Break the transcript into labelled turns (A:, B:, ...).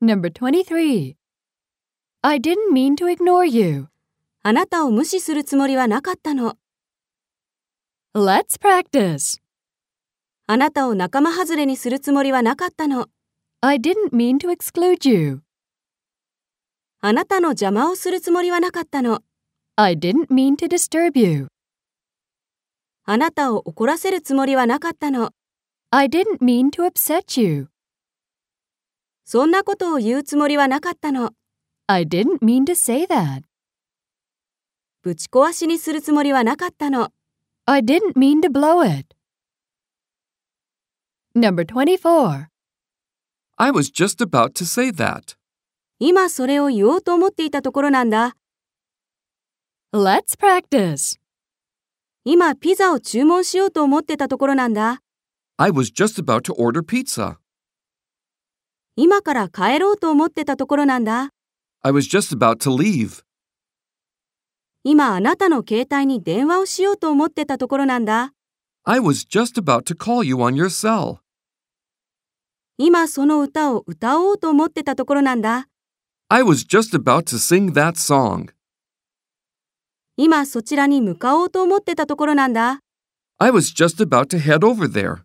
A: Number 23. I didn't mean to ignore you.
B: あなたを無視するつもりはなかったの。
A: Let's practice.
B: あなたを仲間外れにするつもりはなかったの。
A: I didn't mean to exclude you.
B: あなたの邪魔をするつもりはなかったの。
A: I didn't mean to disturb you.
B: あなたを怒らせるつもりはなかったの。
A: I didn't mean to upset you.
B: そんなことを言うつもりはなかったの。
A: I didn't mean to say that.
B: ぶち壊しにするつもりはなかったの。
A: I didn't mean to blow it. Number 24.
C: I was just about to say that.
B: 今それを言おうと思っていたところなんだ。
A: Let's practice.
B: 今ピザを注文しようと思ってたところなんだ。
C: I was just about to order pizza.
B: 今から帰ろうと思ってたところなんだ。
C: I was just about to leave.
B: 今あなたの携帯に電話をしようと思ってたところなんだ。
C: I was just about to call you on your cell.
B: 今その歌を歌おうと思ってたところなんだ。
C: I was just about to sing that song.
B: 今そちらに向かおうと思ってたところなんだ。
C: I was just about to head over there.